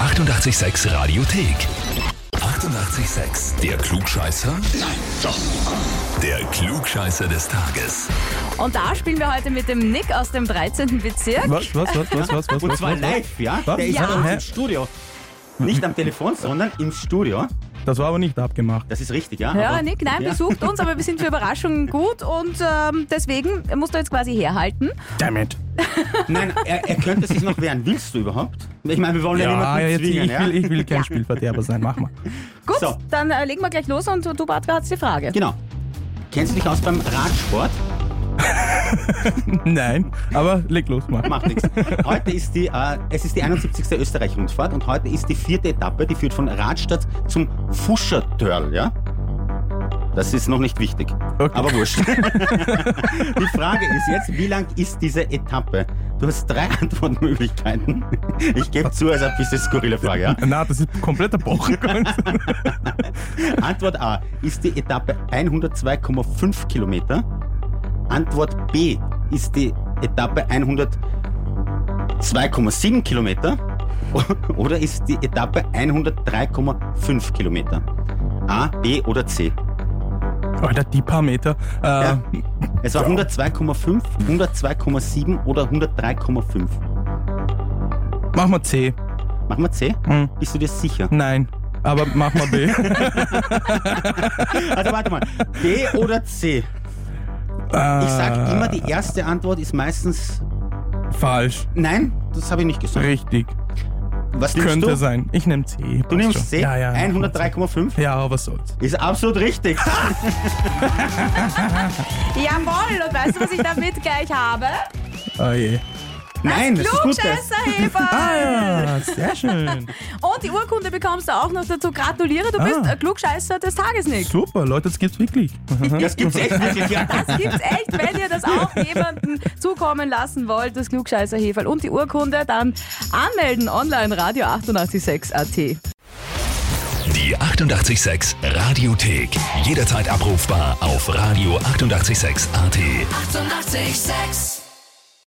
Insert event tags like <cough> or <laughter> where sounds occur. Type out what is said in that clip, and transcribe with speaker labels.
Speaker 1: 886 Radiothek. 88,6. Der Klugscheißer? Nein, doch. Der Klugscheißer des Tages.
Speaker 2: Und da spielen wir heute mit dem Nick aus dem 13. Bezirk.
Speaker 3: Was, was, was, was, was, was?
Speaker 4: Und
Speaker 3: was,
Speaker 4: zwar
Speaker 3: was,
Speaker 4: live, ja?
Speaker 3: Was?
Speaker 4: Der ist
Speaker 2: Ja.
Speaker 4: bei uns im Studio. Nicht am Telefon, sondern im Studio.
Speaker 3: was? Das war aber nicht abgemacht.
Speaker 4: Das ist richtig, ja?
Speaker 2: Ja,
Speaker 4: Aber-
Speaker 2: Nick, nein,
Speaker 4: ja.
Speaker 2: besucht uns, aber wir sind für Überraschungen gut und ähm, deswegen musst du jetzt quasi herhalten.
Speaker 3: Damn it.
Speaker 4: Nein, er, er könnte sich noch wehren. Willst du überhaupt? Ich meine, wir wollen ja,
Speaker 3: Ja,
Speaker 4: niemanden
Speaker 3: jetzt,
Speaker 4: zwingen,
Speaker 3: ich,
Speaker 4: ja?
Speaker 3: will, ich will kein Spielverderber sein, mach mal. <laughs>
Speaker 2: Gut,
Speaker 4: So.
Speaker 2: dann äh, legen wir gleich los und du, Batra, hast die Frage.
Speaker 4: Genau. Kennst du dich aus beim Radsport?
Speaker 3: Nein, aber leg los, mal.
Speaker 4: Macht nichts. Heute ist die, äh, es ist die 71. Österreich-Rundfahrt und heute ist die vierte Etappe, die führt von Radstadt zum Fuschertörl, ja? Das ist noch nicht wichtig, aber wurscht. <laughs> die Frage ist jetzt, wie lang ist diese Etappe? Du hast drei <laughs> Antwortmöglichkeiten. Ich gebe zu, es ist ein bisschen skurrile Frage, ja?
Speaker 3: Na, das ist kompletter
Speaker 4: <laughs>
Speaker 3: Bauchgrund.
Speaker 4: Antwort A ist die Etappe 102,5 Kilometer. Antwort B ist die Etappe 102,7 Kilometer. <laughs> Oder ist die Etappe 103,5 Kilometer? A, B oder C?
Speaker 3: Alter, die paar Meter. Äh,
Speaker 4: Ja. Es war 102,5, 102,7 oder 103,5.
Speaker 3: Mach mal C.
Speaker 4: Machen wir C?
Speaker 3: Hm.
Speaker 4: Bist du dir sicher?
Speaker 3: Nein, aber mach mal
Speaker 4: <laughs>
Speaker 3: B.
Speaker 4: Also warte mal. B oder C?
Speaker 3: Äh,
Speaker 4: Ich sag immer, die erste Antwort ist meistens
Speaker 3: Falsch.
Speaker 4: nein, das habe ich nicht gesagt.
Speaker 3: Richtig.
Speaker 4: Was nimmst
Speaker 3: Könnte
Speaker 4: du?
Speaker 3: sein. Ich nehme C.
Speaker 4: Du
Speaker 3: passt schon.
Speaker 4: nimmst C,
Speaker 3: Ja, ja.
Speaker 4: 103,5.
Speaker 3: Ja, aber was soll's.
Speaker 4: Ist absolut richtig.
Speaker 2: Jawohl, und weißt du, was ich damit gleich habe?
Speaker 3: Oh je.
Speaker 4: Nein, das ist gut.
Speaker 3: Ah,
Speaker 4: <laughs>
Speaker 2: Klugscheißerhefer!
Speaker 3: ja, sehr schön.
Speaker 2: Und die Urkunde bekommst du auch noch dazu. Gratuliere, du bist
Speaker 3: Ah.
Speaker 2: äh, Klugscheißer des Tages, Nick.
Speaker 3: Super, Leute, das gibt's wirklich.
Speaker 4: Das gibt's echt wirklich. Ja.
Speaker 2: Das gibt's echt, wenn ihr das
Speaker 4: <laughs>
Speaker 2: auch jemandem zukommen lassen wollt, das Klugscheißer Heferl und die Urkunde, dann anmelden online radio 886 AT.
Speaker 1: Die 88,6 Radiothek. Jederzeit abrufbar auf radio886.at. 88,6.
Speaker 5: Eighty-eight, sex.